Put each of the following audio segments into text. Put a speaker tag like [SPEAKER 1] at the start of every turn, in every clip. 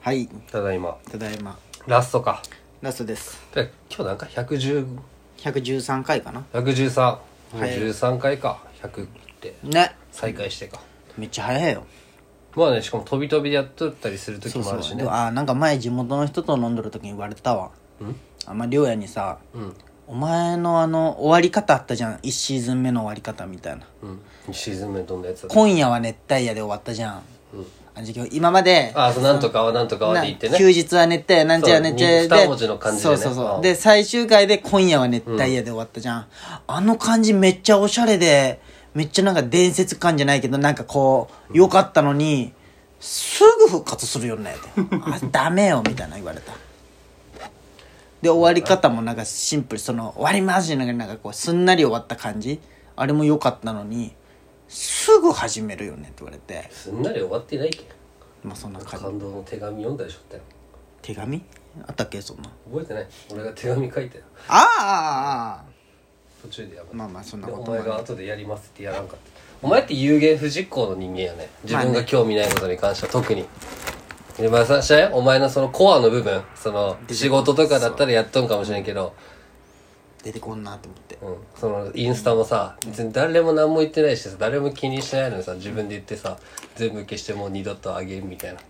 [SPEAKER 1] はい
[SPEAKER 2] ただいま
[SPEAKER 1] ただいま
[SPEAKER 2] ラストか
[SPEAKER 1] ラストです
[SPEAKER 2] で今日なんか110
[SPEAKER 1] 113回かな
[SPEAKER 2] 113
[SPEAKER 1] い
[SPEAKER 2] 13回か100って
[SPEAKER 1] ね
[SPEAKER 2] 再開してか、
[SPEAKER 1] めっちゃ早いよ
[SPEAKER 2] まあねしかも飛び飛びでやっとったりする時もあるしね
[SPEAKER 1] でもあなんか前地元の人と飲んどる時に言われたわあんまりうやにさ、お前のあの終わり方あったじゃん1シーズン目の終わり方みたいな
[SPEAKER 2] うん1シーズン目どんなやつだった
[SPEAKER 1] 今夜は熱帯夜で終わったじゃん、あじゃあ今日今まで
[SPEAKER 2] ああそうなんとかはなんとかは
[SPEAKER 1] な
[SPEAKER 2] で言ってね
[SPEAKER 1] 休日は熱帯夜なんちゃら熱帯夜
[SPEAKER 2] そう
[SPEAKER 1] で
[SPEAKER 2] 二文字の感じでね
[SPEAKER 1] そうそう
[SPEAKER 2] う
[SPEAKER 1] そ
[SPEAKER 2] ん
[SPEAKER 1] うで最終回で「今夜は熱帯夜」で終わったじゃん、あの感じめっちゃおしゃれでめっちゃなんか伝説感じゃないけどなんかこう良かったのにすぐ復活するよ ねってあダメよみたいな言われたで終わり方もなんかシンプルその「終わります」じゃなくてなんかこうすんなり終わった感じあれも良かったのにすぐ始めるよねって言われて
[SPEAKER 2] すんなり終わってないけん
[SPEAKER 1] まあそんな感じ
[SPEAKER 2] 感動の手紙読んだでしょったよ
[SPEAKER 1] 手紙あったっけそんな
[SPEAKER 2] 覚えてない俺が手紙書いたよ
[SPEAKER 1] ああああ
[SPEAKER 2] 途中でやめた
[SPEAKER 1] まあまあそんな
[SPEAKER 2] で
[SPEAKER 1] こ
[SPEAKER 2] お
[SPEAKER 1] ともあ
[SPEAKER 2] 前
[SPEAKER 1] る
[SPEAKER 2] が後でやりますってやらんかったお前って有言不実行の人間やね自分
[SPEAKER 1] まあ
[SPEAKER 2] が
[SPEAKER 1] ね
[SPEAKER 2] 興味ないことに関しては特にでまあさしゃお前のそのコアの部分その
[SPEAKER 1] 出てこん
[SPEAKER 2] 仕事とかだったらやっとんかもしれんけど
[SPEAKER 1] 出てこんなと思って
[SPEAKER 2] うん、そのインスタもさ別に誰も何も言ってないしさ誰も気にしてないのにさ自分で言ってさ全部消してもう二度とあげんみたいな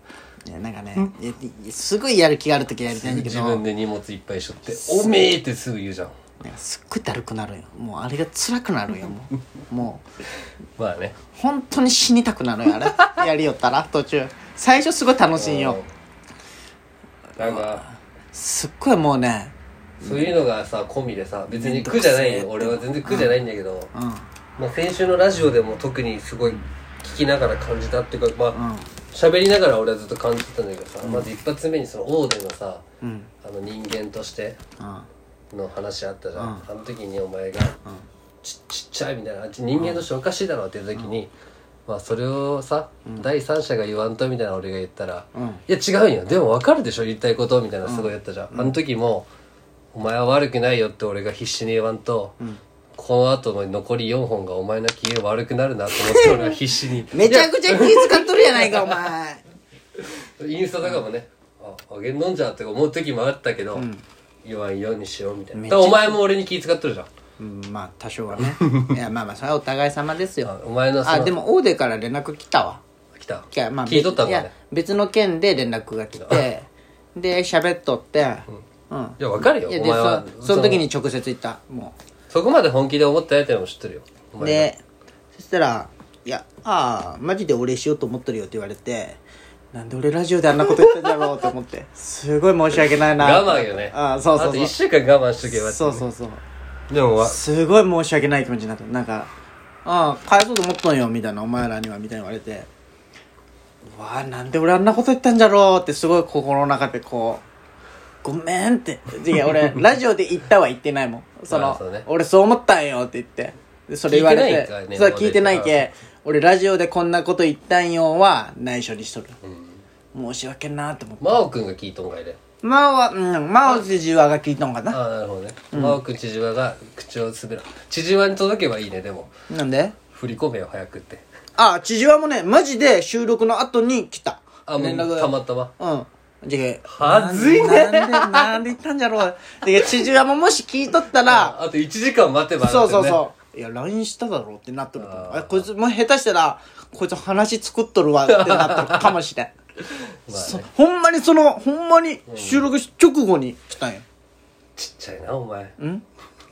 [SPEAKER 2] い
[SPEAKER 1] やなんかねいやいやすごいやる気がある時はやりたいんだけ
[SPEAKER 2] 自
[SPEAKER 1] ど
[SPEAKER 2] 分で荷物いっぱいしょって「おめえ!」ってすぐ言うじゃん
[SPEAKER 1] なんかすっごいだるくなるよもうあれが辛くなるよもうもう
[SPEAKER 2] まあね
[SPEAKER 1] 本当に死にたくなるよあ れやりよったら途中最初すごい楽しいんよ
[SPEAKER 2] なんか
[SPEAKER 1] すっごいもうね
[SPEAKER 2] そういうのがさ込みでさ別
[SPEAKER 1] め
[SPEAKER 2] に
[SPEAKER 1] んどく
[SPEAKER 2] 苦
[SPEAKER 1] せえ
[SPEAKER 2] じゃないよ俺は全然苦じゃないんだけど、
[SPEAKER 1] うん
[SPEAKER 2] まあ、先週のラジオでも特にすごい聞きながら感じたっていうか
[SPEAKER 1] うん
[SPEAKER 2] まあ喋りながら俺はずっと感じてたんだけどさ、まず一発目にそのオーデンのさ、
[SPEAKER 1] うん
[SPEAKER 2] あの人間として
[SPEAKER 1] うん
[SPEAKER 2] の話あったじゃん、
[SPEAKER 1] うん
[SPEAKER 2] あの時にお前が、ちちっちゃいみたいなあ人間としておかしいだろって言った時に、まあそれをさ、第三者が言わんとみたいな俺が言ったら「
[SPEAKER 1] うん
[SPEAKER 2] いや違うんよでも分かるでしょ言いたいこと」みたいなすごい言ったじゃん、あの時も「お前は悪くないよ」って俺が必死に言わんと、この後の残り4本がお前の機嫌悪くなるなと思って俺は必死 に
[SPEAKER 1] めちゃくちゃ気遣っとるや ないかお前
[SPEAKER 2] インスタとかもね、あ、あげんのんじゃって思う時もあったけど、言わんようにしようみたいな。
[SPEAKER 1] め
[SPEAKER 2] だ
[SPEAKER 1] っ
[SPEAKER 2] か
[SPEAKER 1] ち
[SPEAKER 2] らお前も俺に気遣っとるじゃん。
[SPEAKER 1] うんまあ多少はね いやまあまあそれはお互い様です
[SPEAKER 2] あ
[SPEAKER 1] よ
[SPEAKER 2] お前のその
[SPEAKER 1] あでもオーデから連絡来たわ
[SPEAKER 2] 来た。
[SPEAKER 1] いやまあ、
[SPEAKER 2] 聞いとったもん
[SPEAKER 1] いや
[SPEAKER 2] ね。
[SPEAKER 1] 別の件で連絡が来てで喋っとってうん、
[SPEAKER 2] いや、わかるよ。
[SPEAKER 1] いや
[SPEAKER 2] お
[SPEAKER 1] で
[SPEAKER 2] 前は
[SPEAKER 1] そその時に直接言ったも
[SPEAKER 2] そこまで本気で思ってないってのも知ってるよ。お
[SPEAKER 1] う
[SPEAKER 2] 前
[SPEAKER 1] でそしたら「いやああマジでお礼しようと思ってるよ」って言われてなんで俺ラジオであんなこと言ってんだろうと思ってすごい申し訳ないな
[SPEAKER 2] 我慢よね。
[SPEAKER 1] ああそうそ
[SPEAKER 2] あ
[SPEAKER 1] う
[SPEAKER 2] と
[SPEAKER 1] そ
[SPEAKER 2] 1
[SPEAKER 1] う
[SPEAKER 2] 週間我慢しとけばって
[SPEAKER 1] そうそうそう
[SPEAKER 2] でもわ、
[SPEAKER 1] すごい申し訳ない気持ちになったなんか「ああ返そうと思っとんよ」みたいな「お前らには」みたいに言われて「うわあなんで俺あんなこと言ったんじゃろう」ってすごい心の中でこう「ごめん」って違う俺ラジオで言ったは言ってないもんそ
[SPEAKER 2] あ
[SPEAKER 1] の
[SPEAKER 2] あそうね
[SPEAKER 1] 俺そう思ったんよって言ってでそれ言われ
[SPEAKER 2] 聞いてな
[SPEAKER 1] て
[SPEAKER 2] いんかいね
[SPEAKER 1] そう
[SPEAKER 2] 生で
[SPEAKER 1] 聞いてないけ俺ラジオでこんなこと言ったんよは内緒にしとる、申し訳なと思って
[SPEAKER 2] 真央くんが聞いとんかいで。
[SPEAKER 1] まあはうんまあじじわが聞いたんかな
[SPEAKER 2] ああ、なるほどね。真央くん、千々和が口を滑らん。千々和に届けばいいね、でも。
[SPEAKER 1] なんで
[SPEAKER 2] 振り込めよ、早くって。
[SPEAKER 1] あ、千々和もね、マジで収録の後に来た。
[SPEAKER 2] あ、も
[SPEAKER 1] 連絡
[SPEAKER 2] う、
[SPEAKER 1] が
[SPEAKER 2] たまたま。
[SPEAKER 1] うん。じゃ
[SPEAKER 2] はずいね
[SPEAKER 1] なんで、なんで言ったんじゃろう。で、千々和ももし聞いとったら、
[SPEAKER 2] ああと1時間待てば、
[SPEAKER 1] そうそうそう。いや、LINE しただろうってなっとると思う。あこいつ、もう下手したら、こいつ話作っとるわってなっとるかもしれん。
[SPEAKER 2] う。 まあ
[SPEAKER 1] そほんまにその、ほんまに収録し直後に来たんよ。
[SPEAKER 2] ちっちゃいな、お前。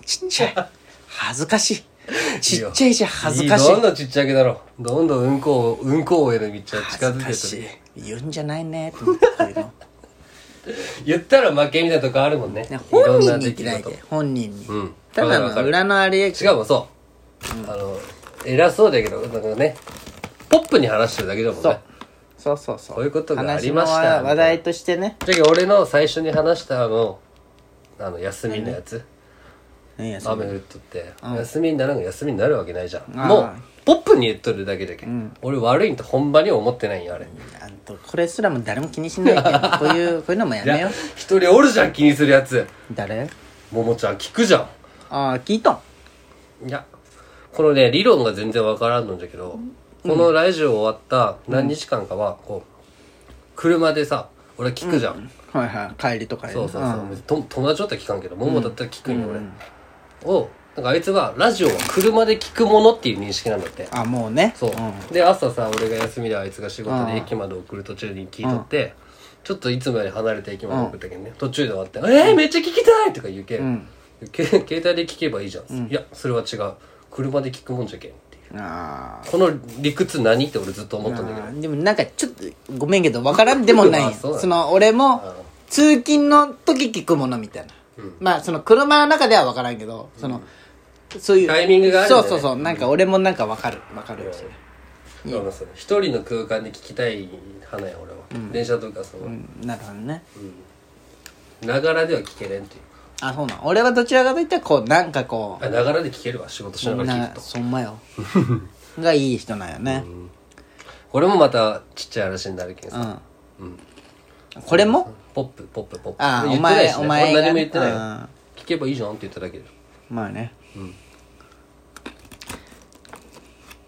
[SPEAKER 1] ちっちゃい。恥ずかしい。ちっちゃいし恥ずかしい
[SPEAKER 2] どん。どんちっちゃくなろうどんどんうんこをうんこ王への道は近
[SPEAKER 1] 恥ず
[SPEAKER 2] づ
[SPEAKER 1] か
[SPEAKER 2] いて
[SPEAKER 1] し
[SPEAKER 2] る
[SPEAKER 1] い。言うんじゃないねって思ってこういうの。
[SPEAKER 2] 言ったら負けみたいなとこあるもんね
[SPEAKER 1] ね
[SPEAKER 2] い
[SPEAKER 1] 本
[SPEAKER 2] ろん
[SPEAKER 1] 人
[SPEAKER 2] な
[SPEAKER 1] に
[SPEAKER 2] 出
[SPEAKER 1] 嫌
[SPEAKER 2] 来
[SPEAKER 1] い
[SPEAKER 2] 事
[SPEAKER 1] で本人に、
[SPEAKER 2] うん
[SPEAKER 1] た
[SPEAKER 2] わ
[SPEAKER 1] だ
[SPEAKER 2] か
[SPEAKER 1] の
[SPEAKER 2] るわ
[SPEAKER 1] 裏のあれやけ
[SPEAKER 2] 違うもんそう、あの偉そうだけどなんかねポップに話してるだけだもん
[SPEAKER 1] ど
[SPEAKER 2] ね
[SPEAKER 1] そうそうそう
[SPEAKER 2] こういうことがありました
[SPEAKER 1] 話の話題としてね
[SPEAKER 2] じゃあ俺の最初に話したあのあの休みのやつ
[SPEAKER 1] 何やそれ
[SPEAKER 2] 雨降っとって、休みにならんが休みになるわけないじゃん
[SPEAKER 1] あー
[SPEAKER 2] もうポップに言っとるだけだけ、俺悪いんとほんまに思ってないんよあれ
[SPEAKER 1] あんとこれすらも誰も気にしないけ どこういうこういうのもや
[SPEAKER 2] いや
[SPEAKER 1] めよう
[SPEAKER 2] 一人おるじゃん気にするやつ
[SPEAKER 1] 誰
[SPEAKER 2] ももちゃん聞くじゃん
[SPEAKER 1] ああ聞いたん
[SPEAKER 2] いや、このね、理論が全然わからんのんじゃけど、このラジオ終わった何日間かは、こう、車でさ、俺は聞くじゃん、
[SPEAKER 1] はいはい帰りとかに
[SPEAKER 2] そうそうそう、
[SPEAKER 1] ん
[SPEAKER 2] と友達だったら聞かんけど桃だったら聞くんよ俺、をなんかあいつはラジオは車で聞くものっていう認識なんだって
[SPEAKER 1] あもうね
[SPEAKER 2] そう、で朝さ俺が休みであいつが仕事で駅まで送る途中に聞いとって、ちょっといつもより離れて駅まで送ったけどね、途中で終わって「えー、めっちゃ聞きたい!」とか言うけ、
[SPEAKER 1] ん
[SPEAKER 2] け携帯で聞けばいいじゃん、いやそれは違う車で聞くもんじゃけんっていう
[SPEAKER 1] うんあー
[SPEAKER 2] この理屈何って俺ずっと思ったんだけど
[SPEAKER 1] あーでもなんかちょっとごめんけど分からんでもないん
[SPEAKER 2] あ
[SPEAKER 1] よ
[SPEAKER 2] そうなの
[SPEAKER 1] その俺も通勤の時聞くものみたいな、まあその車の中では分からんけどその、そういう
[SPEAKER 2] タイミングがあるよ
[SPEAKER 1] そう
[SPEAKER 2] ね
[SPEAKER 1] そうそうなんか俺もなんか分かる分かるよそれ
[SPEAKER 2] だからその一人の空間で聞きたい花や俺は、電車とかその
[SPEAKER 1] うんなるほどね
[SPEAKER 2] ながらでは聞けれんっていう
[SPEAKER 1] あそうなん俺はどちらかといったらこうなんかこ
[SPEAKER 2] かあながらで聞けるわ仕事しな
[SPEAKER 1] う
[SPEAKER 2] がら聞
[SPEAKER 1] な
[SPEAKER 2] くと
[SPEAKER 1] そんまよがいい人なんよね
[SPEAKER 2] これもまたちっちゃい話になるけど
[SPEAKER 1] う
[SPEAKER 2] さ、
[SPEAKER 1] ん、これも
[SPEAKER 2] ポップポップポップ
[SPEAKER 1] あー
[SPEAKER 2] 言ってないし、ね、
[SPEAKER 1] お前お前が
[SPEAKER 2] 俺何も言ってないよ
[SPEAKER 1] うん
[SPEAKER 2] 聞けばいいじゃんって言っただけでし
[SPEAKER 1] まあね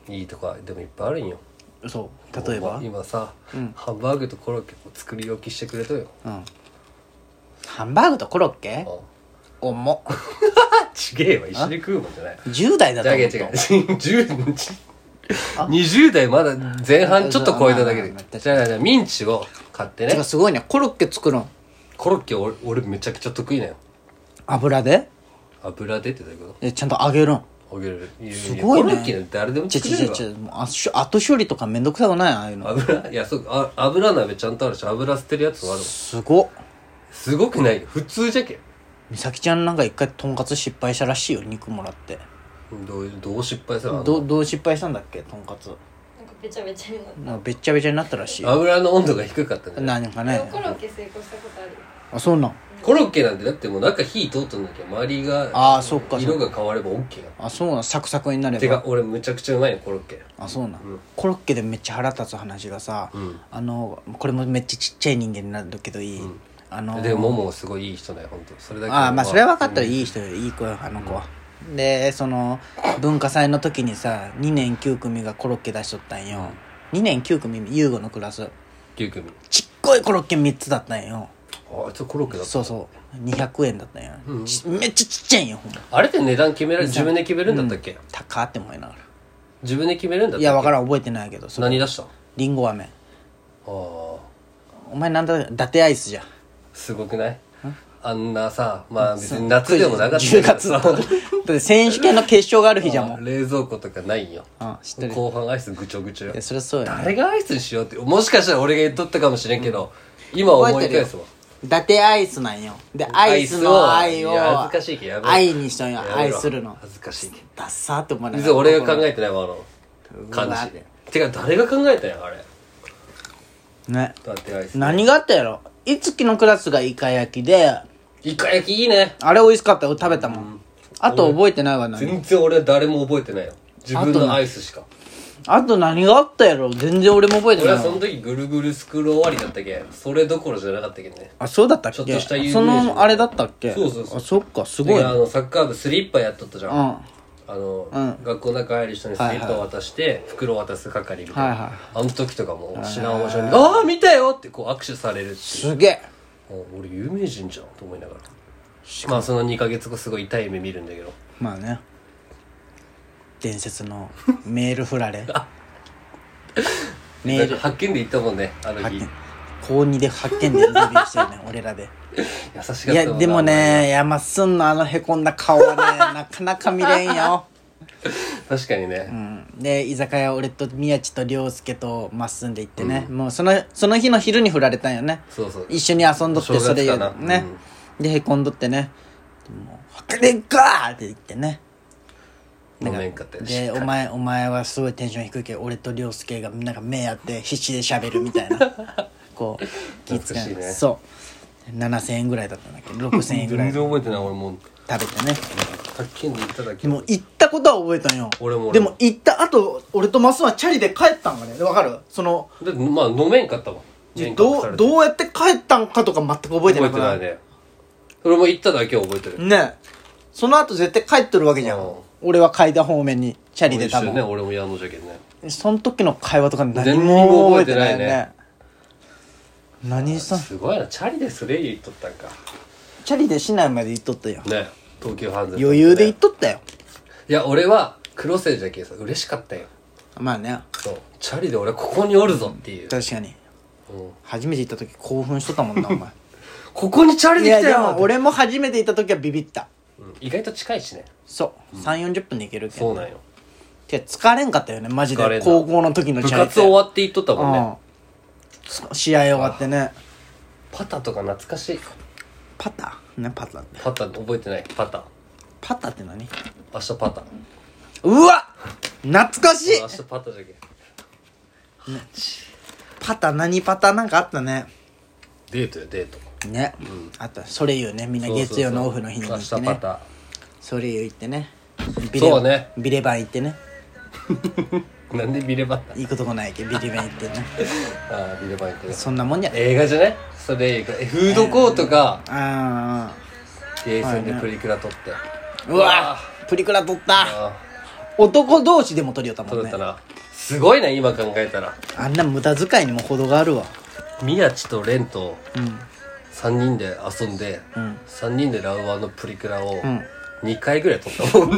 [SPEAKER 2] ょいいとかでもいっぱいあるんよ
[SPEAKER 1] そう例えば
[SPEAKER 2] もう今さ、ハンバーグとコロッケを作り置きしてくれとよ
[SPEAKER 1] うんハンバーグとコロッケ
[SPEAKER 2] あ
[SPEAKER 1] 重っ
[SPEAKER 2] ちげえわ一緒に食うもんじゃない
[SPEAKER 1] 10代だ
[SPEAKER 2] じ
[SPEAKER 1] と
[SPEAKER 2] ゃあ
[SPEAKER 1] 思
[SPEAKER 2] 違
[SPEAKER 1] う
[SPEAKER 2] う違う 10 20代まだ前半ちょっと超えただけで
[SPEAKER 1] まあまあまあ
[SPEAKER 2] じゃあじゃあミンチを買って
[SPEAKER 1] てか
[SPEAKER 2] ね
[SPEAKER 1] すごいねコロッケ作るん
[SPEAKER 2] コロッケ俺俺めちゃくちゃ得意なよ
[SPEAKER 1] 油で
[SPEAKER 2] 油でってどういうこ
[SPEAKER 1] えちゃんと揚げるん
[SPEAKER 2] と揚げるす
[SPEAKER 1] ごいね
[SPEAKER 2] コロッケなんて誰でも
[SPEAKER 1] ちょ
[SPEAKER 2] 作
[SPEAKER 1] ちょ
[SPEAKER 2] れ
[SPEAKER 1] ちょ
[SPEAKER 2] る
[SPEAKER 1] ち
[SPEAKER 2] わ
[SPEAKER 1] ょもうあし後処理とかめんどくさくないああいうの
[SPEAKER 2] 油いやそうあ油鍋ちゃんとあるし油捨てるやつもあるもん
[SPEAKER 1] すごっ
[SPEAKER 2] すごくない普通じゃけ
[SPEAKER 1] 美咲ちゃんなんか一回とんかつ失敗したらしいよ肉もらって
[SPEAKER 2] どうどう失敗するの
[SPEAKER 1] どどう失敗したんだっけとんかつ
[SPEAKER 3] なんかべちゃべちゃになっ
[SPEAKER 1] なんかべっちゃべちゃになったらしいよ
[SPEAKER 2] 油の温度が低かったんだよ
[SPEAKER 1] なんか
[SPEAKER 3] たでも
[SPEAKER 1] ね
[SPEAKER 3] コロッケ成功したことあるよ
[SPEAKER 1] あそうなん
[SPEAKER 2] コロッケなんてだってもう中火通っとんだけど周りが
[SPEAKER 1] ああそっかそ
[SPEAKER 2] 色
[SPEAKER 1] っか
[SPEAKER 2] が変われば OK だ
[SPEAKER 1] あそうなんサクサクになれば
[SPEAKER 2] てか俺むちゃくちゃうまいよコロッケ
[SPEAKER 1] あそうなん、コロッケでめっちゃ腹立つ話がさ、
[SPEAKER 2] ん
[SPEAKER 1] あのこれもめっちゃちっちゃい人間になるけどいい、あの
[SPEAKER 2] でもももすごいいい人だよ本当それだけ
[SPEAKER 1] ああまあそれは分かったらいい人よいい子よあの子は、でその文化祭の時にさ2年9組がコロッケ出しとったんよ、2年9組優吾のクラス
[SPEAKER 2] 9組
[SPEAKER 1] ちっこいコロッケ3つだったんよ
[SPEAKER 2] ああちょコロッケだった
[SPEAKER 1] そうそう200円だったんよ、ちめっちゃちっちゃいんよほんま
[SPEAKER 2] あれって値段決められ自分で決めるんだったっけ
[SPEAKER 1] 高って思いながら
[SPEAKER 2] 自分で決めるんだったっ
[SPEAKER 1] い
[SPEAKER 2] け
[SPEAKER 1] や分からん覚えてないけどその
[SPEAKER 2] 何出したあ
[SPEAKER 1] りんご飴
[SPEAKER 2] あ
[SPEAKER 1] お前なんだ伊達アイスじゃん
[SPEAKER 2] すごくないあんなさまあ別に夏でもなかったけ
[SPEAKER 1] 10
[SPEAKER 2] ど
[SPEAKER 1] 月だ だって選手権の決勝がある日じゃん もう
[SPEAKER 2] 冷蔵庫とかないんよ
[SPEAKER 1] うん知ってる
[SPEAKER 2] 後半アイスぐちょぐちょよ
[SPEAKER 1] いやそりゃそうやね
[SPEAKER 2] 誰がアイスにしようってもしかしたら俺が言っとったかもしれんけど、今思い返すわ
[SPEAKER 1] 伊達アイスなんよでアイスの愛を
[SPEAKER 2] いや恥ずかしいけどやめろ
[SPEAKER 1] 愛にしとんよ
[SPEAKER 2] やめろ
[SPEAKER 1] 愛するの
[SPEAKER 2] 恥ずかしいけど
[SPEAKER 1] ダッサーって思わない
[SPEAKER 2] 別に俺が考えてないわあの
[SPEAKER 1] うわ
[SPEAKER 2] 感じてか誰が考えたんやあれ
[SPEAKER 1] ね
[SPEAKER 2] だってアイス
[SPEAKER 1] 何があったやろいつきのクラスがイカ焼きで
[SPEAKER 2] イカ焼きいいね
[SPEAKER 1] あれ美味しかったよ食べたもん、あと覚えてないわ何
[SPEAKER 2] 全然俺は誰も覚えてないよ自分のアイスしか
[SPEAKER 1] あと何があったやろ全然俺も覚えて
[SPEAKER 2] 俺
[SPEAKER 1] ない
[SPEAKER 2] は
[SPEAKER 1] わ
[SPEAKER 2] その時ぐるぐるスクール終わりだったけんそれどころじゃなかったけどね
[SPEAKER 1] あそうだったっ
[SPEAKER 2] ちょ
[SPEAKER 1] け
[SPEAKER 2] っとした有名人
[SPEAKER 1] そのあれだったっけ
[SPEAKER 2] そうそうそう
[SPEAKER 1] あそっかすごい
[SPEAKER 2] で
[SPEAKER 1] ね
[SPEAKER 2] あのサッカー部スリッパやっとったじゃん、
[SPEAKER 1] うん
[SPEAKER 2] あの、
[SPEAKER 1] うん
[SPEAKER 2] 学校の中入る人にスリッパ渡して、袋を渡す係みたいな、
[SPEAKER 1] はいはい
[SPEAKER 2] あの時とかも知らんおばちゃんに「ああ見たよ!」ってこう握手されるっていう
[SPEAKER 1] すげえ
[SPEAKER 2] あ俺有名人じゃんと思いながらまあその2ヶ月後すごい痛い目見るんだけど
[SPEAKER 1] まあね伝説のメール振られメー
[SPEAKER 2] な
[SPEAKER 1] ル
[SPEAKER 2] んか発見で言ったもんねあの
[SPEAKER 1] 発
[SPEAKER 2] 日
[SPEAKER 1] 見高2で発見でデビューしてるね俺らで
[SPEAKER 2] 優し
[SPEAKER 1] い
[SPEAKER 2] かった
[SPEAKER 1] やでもね山すんのあのへこんだ顔はね なかなか見れんよ、
[SPEAKER 2] 確かにね、
[SPEAKER 1] うん、で居酒屋俺と宮地と涼介とまっすんで行ってね、もうそのその日の昼に振られたんよね
[SPEAKER 2] そうそう
[SPEAKER 1] 一緒に遊んどっ
[SPEAKER 2] 正
[SPEAKER 1] て
[SPEAKER 2] 月か
[SPEAKER 1] そ
[SPEAKER 2] な
[SPEAKER 1] れよ
[SPEAKER 2] うん
[SPEAKER 1] ね、でへこんどってねでもう「白熱か!」って言ってね
[SPEAKER 2] ごめんかって
[SPEAKER 1] でお前お前はすごいテンション低いけど俺と涼介がなんか目合って必死で喋るみたい なこう気使
[SPEAKER 2] 懐かしいね
[SPEAKER 1] そう7000円ぐらいだったんだっけど6000円ぐら
[SPEAKER 2] 全
[SPEAKER 1] い
[SPEAKER 2] 然覚えてない俺もう
[SPEAKER 1] 食べてね
[SPEAKER 2] 発見で言っただけ
[SPEAKER 1] でも行ったことは覚えたんよ
[SPEAKER 2] 俺も俺も
[SPEAKER 1] でも行ったあと俺とマスはチャリで帰ったんかねわかるその
[SPEAKER 2] だってまあ飲めんかったわ
[SPEAKER 1] どうどうやって帰ったんかとか全く覚えて
[SPEAKER 2] 覚
[SPEAKER 1] な
[SPEAKER 2] え
[SPEAKER 1] い
[SPEAKER 2] て
[SPEAKER 1] か
[SPEAKER 2] な
[SPEAKER 1] ら
[SPEAKER 2] いね俺も行っただけは覚えてる
[SPEAKER 1] ねその後絶対帰っとるわけじゃ
[SPEAKER 2] うん
[SPEAKER 1] ん俺は階段方面にチャリで多
[SPEAKER 2] 一緒ね
[SPEAKER 1] 分
[SPEAKER 2] 俺もやんのじゃけんね
[SPEAKER 1] その時の会話とか何
[SPEAKER 2] 全然
[SPEAKER 1] も覚
[SPEAKER 2] 覚え
[SPEAKER 1] え
[SPEAKER 2] て
[SPEAKER 1] て
[SPEAKER 2] な
[SPEAKER 1] ないい
[SPEAKER 2] ね
[SPEAKER 1] ね何したん
[SPEAKER 2] すごいなチャリでそれ言っとったんか
[SPEAKER 1] チャリで市内まで行っとったよ
[SPEAKER 2] ね東急ハンズ
[SPEAKER 1] 余裕で行っ
[SPEAKER 2] い
[SPEAKER 1] とったよ
[SPEAKER 2] や俺はクロセじゃけさ嬉しかったよ
[SPEAKER 1] まあね
[SPEAKER 2] そうチャリで俺ここにおるぞっていう、
[SPEAKER 1] 確かに
[SPEAKER 2] うん
[SPEAKER 1] 初めて行った時興奮しとったもんなお 前
[SPEAKER 2] ここにチャリ
[SPEAKER 1] い
[SPEAKER 2] で
[SPEAKER 1] や
[SPEAKER 2] 来た
[SPEAKER 1] で
[SPEAKER 2] よ
[SPEAKER 1] も、俺も初めて行った時はビビった
[SPEAKER 2] うん意外と近いしね
[SPEAKER 1] そう3 4 0分で行けるけ
[SPEAKER 2] そ
[SPEAKER 1] ど
[SPEAKER 2] うなんよ
[SPEAKER 1] てか疲れんかったよねマジ
[SPEAKER 2] 疲れん
[SPEAKER 1] で
[SPEAKER 2] な
[SPEAKER 1] 高校の時の
[SPEAKER 2] 部
[SPEAKER 1] チャリ
[SPEAKER 2] 活終わって行っとったもんね
[SPEAKER 1] うん試合終わってね
[SPEAKER 2] パタとか懐かしい
[SPEAKER 1] パターねパターって
[SPEAKER 2] パタ覚えてないパタ
[SPEAKER 1] パターって何
[SPEAKER 2] 明日パタ
[SPEAKER 1] うわ懐かしい
[SPEAKER 2] 明日パタじゃけ
[SPEAKER 1] パター何パターなんかあったね
[SPEAKER 2] デートよデート
[SPEAKER 1] ね、あったそれ言うねみんな月曜のオフの日に行って
[SPEAKER 2] そうそうそう明日
[SPEAKER 1] ね
[SPEAKER 2] パ
[SPEAKER 1] それ言う行ってねビ
[SPEAKER 2] そうね
[SPEAKER 1] ビレバン行ってね
[SPEAKER 2] タなんでビレバンだ
[SPEAKER 1] 行くとこないけどビレバン行ってね
[SPEAKER 2] ああビレバン行ってね
[SPEAKER 1] そんなもんじゃね
[SPEAKER 2] 映画じゃねそれ映画えフードコートか
[SPEAKER 1] あ
[SPEAKER 2] ゲーセンでプリクラ撮って
[SPEAKER 1] あうわプリクラ撮った
[SPEAKER 2] あ
[SPEAKER 1] 男同士でも撮りよった
[SPEAKER 2] 撮
[SPEAKER 1] もんね
[SPEAKER 2] れたなすごいな今考えたら
[SPEAKER 1] あんな無駄遣いにも程があ るわ
[SPEAKER 2] 宮地と蓮と
[SPEAKER 1] うん
[SPEAKER 2] 3人で遊んで
[SPEAKER 1] ん
[SPEAKER 2] 3人でラウアーのプリクラを
[SPEAKER 1] ん
[SPEAKER 2] 2回ぐらい撮ったもん
[SPEAKER 1] い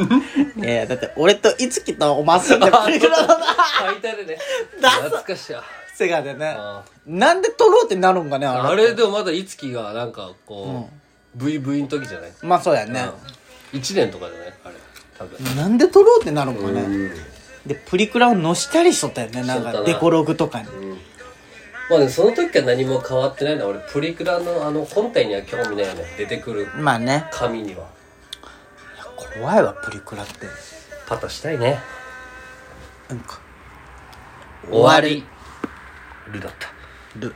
[SPEAKER 1] やいやだって俺といつきとおまっすんでプリクラだな
[SPEAKER 2] 書いてあるね懐かしいわ
[SPEAKER 1] セガでね
[SPEAKER 2] あ
[SPEAKER 1] なんで撮ろうってなるんかねあれ
[SPEAKER 2] あれでもまだいつきがなんかこう VV の時じゃない
[SPEAKER 1] まあそうやね、
[SPEAKER 2] 1年とかじゃないあれ多分
[SPEAKER 1] なんで撮ろうってなるんかね、
[SPEAKER 2] うん
[SPEAKER 1] でプリクラをのしたりしとったよねなん
[SPEAKER 2] しと
[SPEAKER 1] か
[SPEAKER 2] ったな
[SPEAKER 1] デコログとかに
[SPEAKER 2] まあねその時から何も変わってないな俺プリクラのあの本体には興味ないよね出てくる
[SPEAKER 1] まあね
[SPEAKER 2] 紙には
[SPEAKER 1] 怖いわプリクラって
[SPEAKER 2] パタしたいね
[SPEAKER 1] なんか
[SPEAKER 2] 終わりるだった
[SPEAKER 1] ル